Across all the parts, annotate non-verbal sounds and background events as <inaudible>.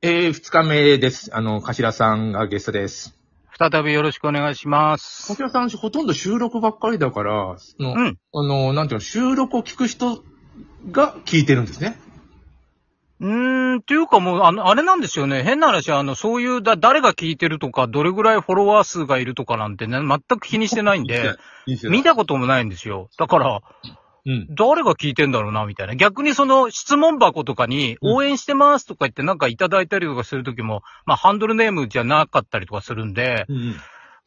えー、二日目です。あの、頭さんがゲストです。再びよろしくお願いします。頭さん、ほとんど収録ばっかりだから、そのうん。あの、なんていうの、収録を聞く人が聞いてるんですね。うーん、っていうかもう、あの、あれなんですよね。変な話、あの、そういう、だ、誰が聞いてるとか、どれぐらいフォロワー数がいるとかなんてね、全く気にしてないんで、いいですよ見たこともないんですよ。だから、うん。誰が聞いてんだろうな、みたいな。逆にその、質問箱とかに、うん応援してますとか言ってなんかいただいたりとかするときも、まあ、ハンドルネームじゃなかったりとかするんで、うん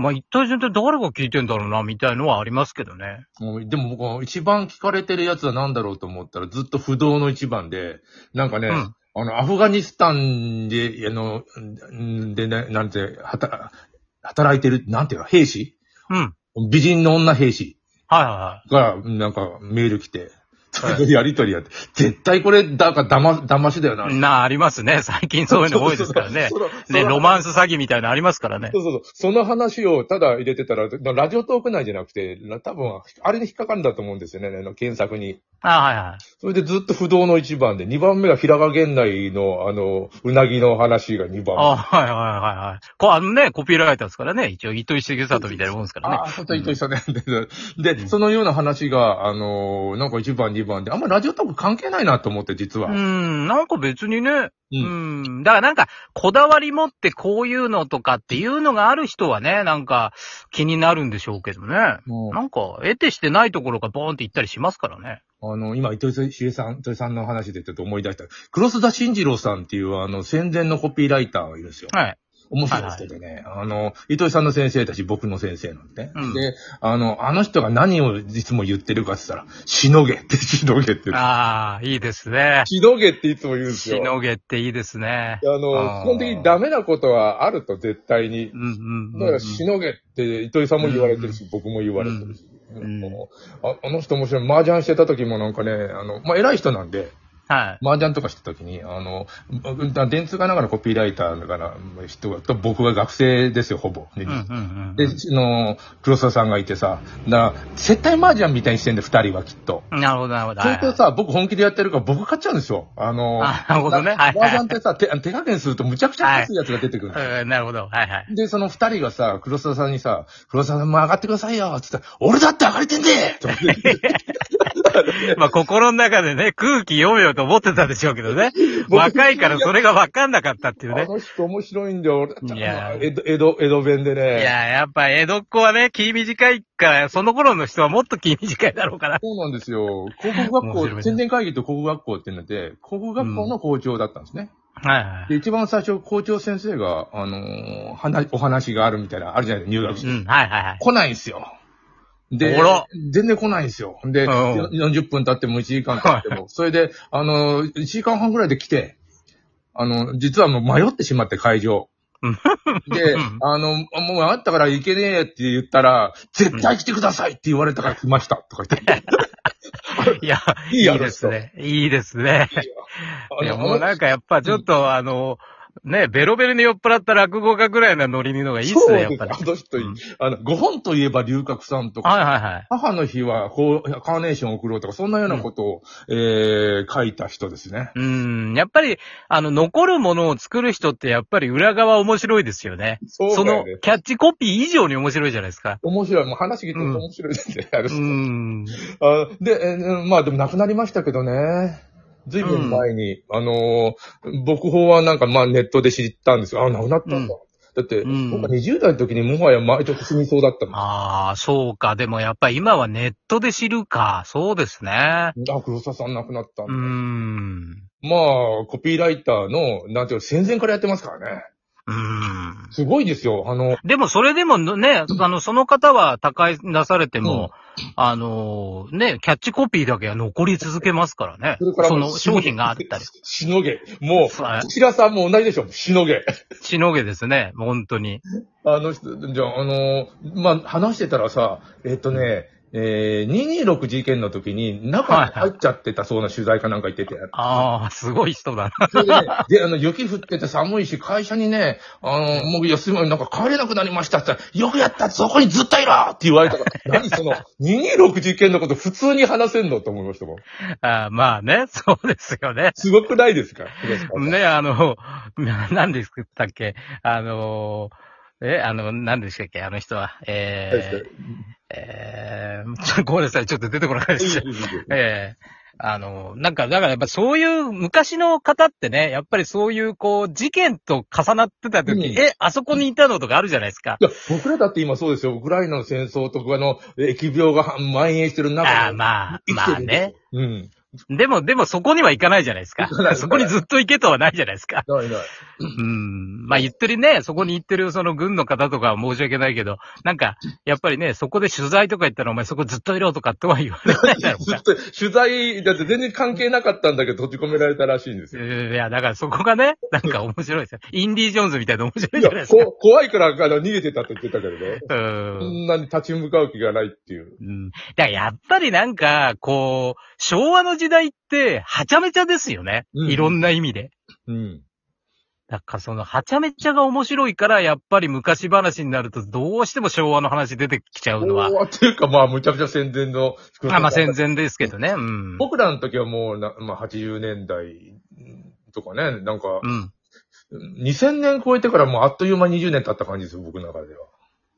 まあ、一体全体誰が聞いてんだろうな、みたいのはありますけどね。うん。でも僕は一番聞かれてるやつは何だろうと思ったらずっと不動の一番で、なんかね、うんあの、アフガニスタンで、あの、んでね、なんて、はた、働いてる、なんていうの、兵士うん。美人の女兵士はいはいはい。が、なんか、メール来て、そはいれでやりとりやって、絶対これ、だから、だま、だましだよな。なあ、ありますね。最近そういうの多いですからね。そうそうそうね、そのロマンス詐欺みたいなのありますからね。そうそうそう。その話をただ入れてたら、ラジオトーク内じゃなくて、な多分、あれで引っかかるんだと思うんですよね、あの検索に。あはいはい。それでずっと不動の一番で、二番目が平賀源内の、あの、うなぎの話が二番目。あはいはいはいはい。こあのね、コピーライターですからね。一応、糸井重里みたいなもんですからね。ああ、本当に一緒ね。で、でそのような話が、あのなんか一番、二番で、あんまラジオトーク関係ないなと思って、実は。うん、なんか別にね。うう。ん。だからなんか、こだわり持ってこういうのとかっていうのがある人はね、なんか気になるんでしょうけどね。もうなんか、得てしてないところがボーンって行ったりしますからね。あの、今、糸井重さん、糸井さんの話でちょっと思い出した。黒須田慎二郎さんっていう、あの、戦前のコピーライターがいるんですよ。はい。面白いですけどね。あの、糸井さんの先生たち、僕の先生なんで、ねうんで、あの、あの人が何をいつも言ってるかって言ったら、しのげって、しのげって。ああ、いいですね。しのげっていつも言うんですしよ。のげっていいですね。あの、あ基ー本的にダメなことはあると、絶対にう。んうんうん。だから、しのげって、糸井さんも言われてるし、僕も言われてるし。んもうああの人面白い。麻雀してた時もなんかね、あの、まあ、偉い人なんで、はい。麻雀とかしてた時に、あの、うん電通がながらコピーライターだから、人が、と僕が学生ですよ、ほぼ。で、うんうんうん。であの、黒沢さんがいてさ、だから、接待麻雀みたいにしてんで、二人はきっと。なるほど、なるほど。それとさ、僕本気でやってるから、僕買っちゃうんですよ。あの、あなるほどねはい麻雀ってさ、手手加減するとむちゃくちゃ安いやつが出てくるの。はいはいうんなるほど。はいはい。で、その二人がさ、黒沢さんにさ、黒沢さんも上がってくださいよつったら、俺だって上がれてんでとか言 <laughs> ってまあ、心の中でね、空気読めようと思ってたでしょうけどね。僕若いからそれが分かんなかったっていうあね。の人面白いんだよ、俺だって。いやー江戸、江戸、江戸弁でいね。や、やっぱ江戸っ子はね、気短いから、その頃の人はもっと気短いだろうから。そうなんですよ。高校学面校白い、な宣伝会議と高校学校っていうので、高校学校の校長だったんですね。はいはい。で、一番最初、校長先生が、あのー話、お話があるみたいな、あるじゃないですか、入学式。うん、はいはいはい。来ないんですよ。であら、全然来ないんですよ。で、うん40分経っても1時間経っても、それで、あのー、1時間半ぐらいで来て、あの、実はもう迷ってしまって会場うん。でうん、あの、もうあったから行けねえって言ったら、絶対来てくださいって言われたから来ました、とか言って。いや、いいやいいろですね。いいですね。いや、もうなんかやっぱちょっとあの、ね、ベロベロに酔っ払った落語家ぐらいなノリのがいいっすね、やっぱり。そうですあの人、うんあの、ご本といえば龍角さんとか、はいはいはい。母の日はこうカーネーションを送ろうとか、そんなようなことを、えー書いた人ですね。うん、やっぱり、あの、残るものを作る人ってやっぱり裏側面白いですよね。そうそだよのね。キャッチコピー以上に面白いじゃないですか。面白い。もう話聞いてると面白いですね。あうれん。あで、えーまあでも亡くなりましたけどね。ずいぶん前に、あのー僕法はなんかまあネットで知ったんですよ。あ、亡くなったんだ。うんだって、うん僕は20代の時にもはや毎年死にそうだったもん。ああ、そうか。でもやっぱり今はネットで知るか。そうですね。あ、黒沢さん亡くなったんうだ。ん。まあ、コピーライターの、なんていうの、戦前からやってますからね。うん。すごいですよ。あの、でもそれでもね、あの、その方は他界なされても、あの、ね、キャッチコピーだけは残り続けますからね。それからそもうの商品があったり。しのげ。もう、そう白さんも同じでしょ。しのげ。しのげですね。本当に。あの人、じゃあ、あのーまあ、話してたらさ、えっとね、えー、226事件の時に中に入っちゃってたそうな取材かなんか言ってて、ああ、すごい人だそれでね、で、あの、雪降ってて寒いし、会社にね、あの、もう休みなのになんか帰れなくなりましたって言ったら、よくやったそこにずっといろって言われたから、何その、226事件のこと普通に話せんのと思いましたもん。な。あーまあね、 <laughs> そうですよね。すごくないですか広島さんね、あの、な何でしたっけあの、え、あの、何でしたっけあの人は。大丈夫えでー、えー、 <laughs> ちょごめんなさい、ちょっと出てこなかったですすか。いいいいいいいい <laughs> ええあの、なんか、だからやっぱそういう、昔の方ってね、やっぱりそういう、こう、事件と重なってた時、うんえ、あそこにいたのとかあるじゃないですか。いや、僕らだって今そうですよ。ウクライナの戦争とかあの、疫病が蔓延してる中で。ああ、まあ、まあね。。うん。でも、でもそこには行かないじゃないですか行かない。そこにずっと行けとはないじゃないですか。ないない。うん。まあ言ってるね、そこに行ってるその軍の方とかは申し訳ないけど、なんか、やっぱりね、そこで取材とか行ったら、お前そこずっといろとかっては言われない <laughs> だろうずかっ。と取材、だって全然関係なかったんだけど閉じ込められたらしいんですよ。いや、だからそこがね、なんか面白いですよ。インディ・ジョーンズみたいで面白いいじやゃないで、すか。こ怖いからあの逃げてたって言ってたけれど、うんそんなに立ち向かう気がないっていう。うん。だからやっぱりなんか、こう、昭和の時代って、はちゃめちゃですよね。うんいろんな意味で。うん。だからその、はちゃめちゃが面白いから、やっぱり昔話になると、どうしても昭和の話出てきちゃうのは。おーっていうか、まあ、むちゃくちゃ戦前の。あまあ戦前ですけどね。うん。僕らの時はもうな、まあ、80年代とかね、なんかう、ん。 2000年超えてからもうあっという間20年経った感じですよ、僕の中では。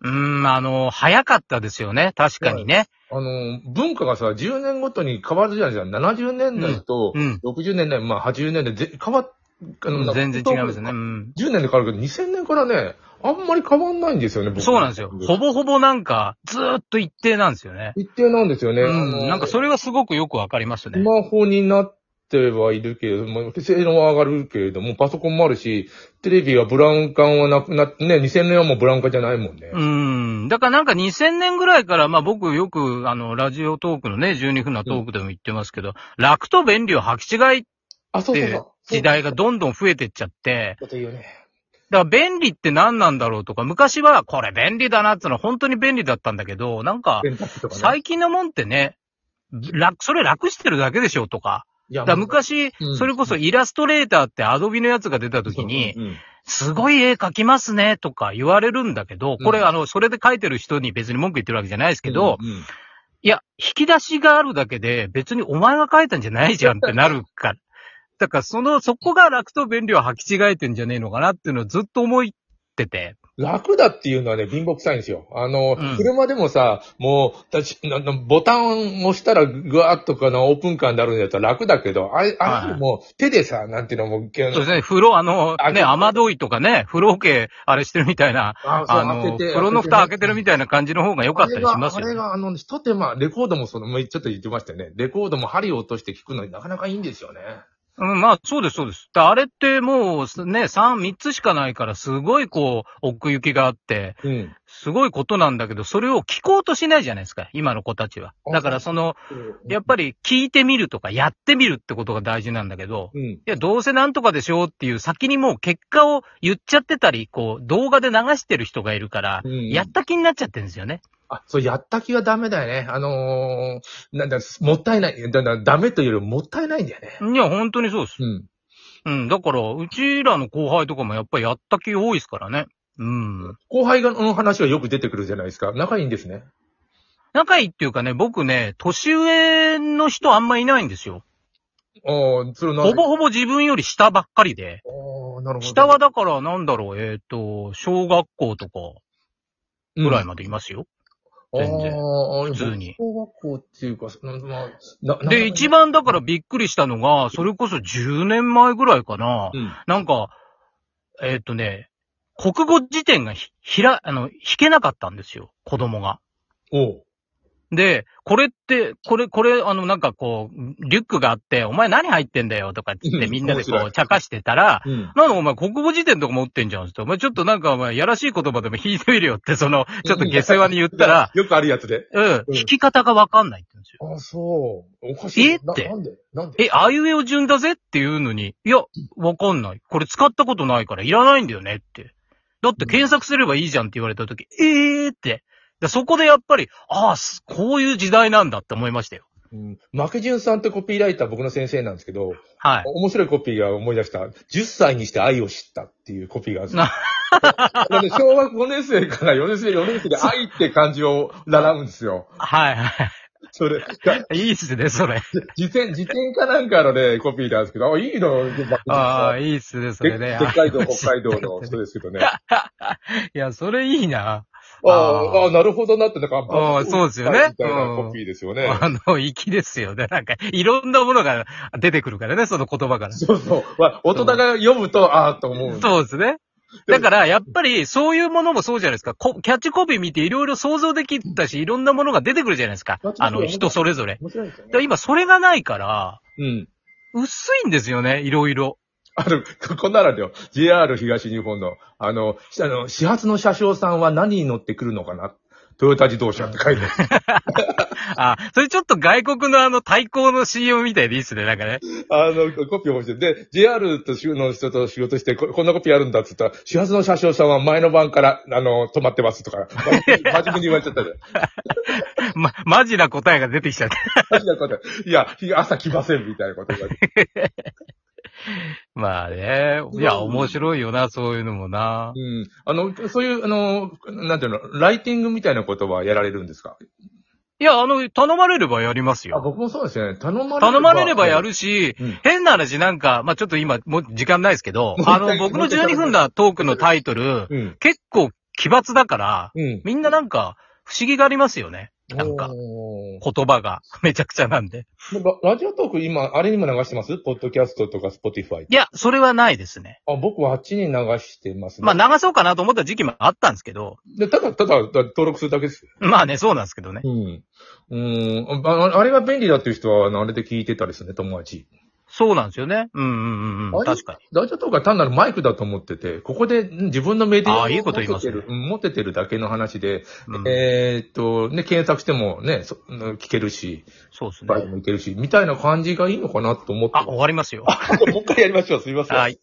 うん、あの、早かったですよね。確かにね。あの、文化がさ、10年ごとに変わるじゃないですか。70年代とうん。 60年代、まあ80年代ぜ、変わっ、あの全然違いますね。う。ん。 10年で変わるけど、2000年からね、あんまり変わんないんですよね、僕そうなんですよ。ほぼほぼなんか、ずーっと一定なんですよね。一定なんですよね。うあのん。なんかそれがすごくよくわかりますねス。マホになってはいるけれども、性能は上がるけれども、パソコンもあるし、テレビはブラウン管はなくなって、ね、2000年はもうブラウン管じゃないもんね。うん。だからなんか2000年ぐらいから、まあ僕よく、あの、ラジオトークのね、12分のトークでも言ってますけど、楽と便利を履き違いあ、そうそうそう。時代がどんどん増えてっちゃって、そういうこと言うね。だから便利って何なんだろうとか、昔はこれ便利だなってのは本当に便利だったんだけど、なんか、洗濯機とかね。最近のもんってね、楽、それ楽してるだけでしょとか。いやだから昔うん、それこそイラストレーターってアドビのやつが出た時に、うんすごい絵描きますねとか言われるんだけど、これうんあの、それで描いてる人に別に文句言ってるわけじゃないですけど、うんいや、引き出しがあるだけで別にお前が描いたんじゃないじゃんってなるから。 <laughs> だからその、そこが楽と便利を履き違えてんじゃねえのかなっていうのをずっと思ってて。楽だっていうのはね、貧乏くさいんですよ。あの、うん車でもさ、もう、だしななボタンを押したらぐわーっとかのオープンカーになるんだったら楽だけど、あれ、あはいれもう手でさ、なんていうのもう、そうですね、風呂、あのあ、ね、雨どいとかね、風呂系あれしてるみたいな、ああの、風呂の蓋開けてるみたいな感じの方が良かったりしますあれよが、あれね。があの、一手間、レコードもその、もうちょっと言ってましたよね。レコードも針を落として聞くのになかなかいいんですよね。うん、まあ、そうです、そうです。だあれってもう、ね、三、三つしかないから、すごいこう、奥行きがあって、うん。すごいことなんだけど、それを聞こうとしないじゃないですか、今の子たちは。だから、その、やっぱり聞いてみるとか、やってみるってことが大事なんだけど、うん。いや、どうせなんとかでしょうっていう先にもう結果を言っちゃってたり、こう、動画で流してる人がいるから、うんやった気になっちゃってるんですよね。あ、そう、やった気はダメだよね。あのー、なんだ、もったいない。だだダメというよりもったいないんだよね。いや、本当にそうです。うん。うん、だから、うちらの後輩とかもやっぱりやった気多いですからね。うん。後輩がの話はよく出てくるじゃないですか。仲いいんですね。仲いいっていうかね、僕ね、年上の人あんまいないんですよ。ああ、それなほぼほぼ自分より下ばっかりで。ぼ、ああ、なるほど。下はだからなんだろう、えっ、と、小学校とかぐらいまでいますよ。うん、全然ああ普通に小学校っていうか、なまあななで、一番だからびっくりしたのが、それこそ10年前ぐらいかな。うん。なんか、えっ、とね、国語辞典がひ、ひら、あの、弾けなかったんですよ、子供が。おう。で、これって、これ、これ、あの、なんかこう、リュックがあって、お前何入ってんだよとかって言ってうんみんなでこ面白う、い茶化してたら、うん。なんだお前国語辞典とか持ってんじゃんって、お前ちょっとなんかお前やらしい言葉でも引いてみるよって、その、ちょっと下世話に言ったら、よくあるやつで。うん、うん引き方がわかんないって言うんですよ。ああ、そう。おかしい。えっなてなんでなんでえ、あいうえお順だぜっていうのに、いや、わかんない。これ使ったことないからいらないんだよねって。だって検索すればいいじゃんって言われた時、えーって、でそこでやっぱり、ああ、すこういう時代なんだって思いましたよ。うん。負け順さんってコピーライター僕の先生なんですけど、は <laughs> い。面白いコピーが思い出した。10歳にして愛を知ったっていうコピーがあるんですよなんで小学5年生から4年生、4年生で愛って漢字を習うんですよ。はいはそれ、だい。いいっすね、それ。辞典、辞典かなんかのね、コピーなんですけど、あ、いいの、ああ、いいっすね、そでれでね。っかい <laughs> 道、北海道の人ですけどね。あいや、それいいな。あ、あなるほどなって、なんか、ああそうですよねみたいなコピーですよね。あの、粋ですよね。なんか、いろんなものが出てくるからね、その言葉から。そうそう。わ大人が読むと、ああ、と思う。そうですね。だから、やっぱり、そういうものもそうじゃないですか。こキャッチコピー見ていろいろ想像できたし、いろんなものが出てくるじゃないですかキャッチ。コピーあの、人それぞれ。面白いですよだからね。今、それがないから、うん。薄いんですよね、いろいろ。あの、ここならだよ。JR 東日本の、あの、しあの始発の車掌さんは何に乗ってくるのかなトヨタ自動車って書いてあ <laughs> る。あ、それちょっと外国のあの、対抗の CM みたいでいいっすね、なんかね。あの、コピーを欲しい。で、JR としの人と仕事して、ここんなコピーあるんだって言ったら、始発の車掌さんは前の晩から、あの、止まってますとか、 <laughs> 真面目に言われちゃったじゃん。ま、マジな答えが出てきちゃった。マジなこといや、日朝来ませんみたいなこと言われて。まあね。いや、面白いよな、そういうのもな。うん。あの、そういう、あの、なんていうの、ライティングみたいなことはやられるんですかいや、あの、頼まれればやりますあ、よ。僕もそうですね。頼まれれば。頼まれればや。るし、うん。変な話なんか、まあ、ちょっと今、もう時間ないですけども、う一回あの、僕のもう一回12分なトークのタイトル、うん。結構奇抜だから、うん。みんななんか、不思議がありますよね。なんかおー言葉が、めちゃくちゃなんで。でララジオトーク今、あれにも流してますポッドキャストとかスポティファイ。いや、それはないですね。あ、僕はあっちに流してますね。まあ、流そうかなと思った時期もあったんですけど、でただ、ただ、だ登録するだけですよ。まあね、そうなんですけどね。うん。うん。あああれが便利だっていう人は、あのあれで聞いてたですね、友達。そうなんですよね。うんうんうんうあれん。確かに。ラジオトークは単なるマイクだと思ってて、ここでうん自分のメディアあをーいいこと言いますね持ててるうん持ててるだけの話で、うんえーっと、ね、検索してもね、そうん聞けるし、そうですバイね。もいけるし、みたいな感じがいいのかなと思って。あ、終わりますよ。もう一回やりましょう。すみません。はい。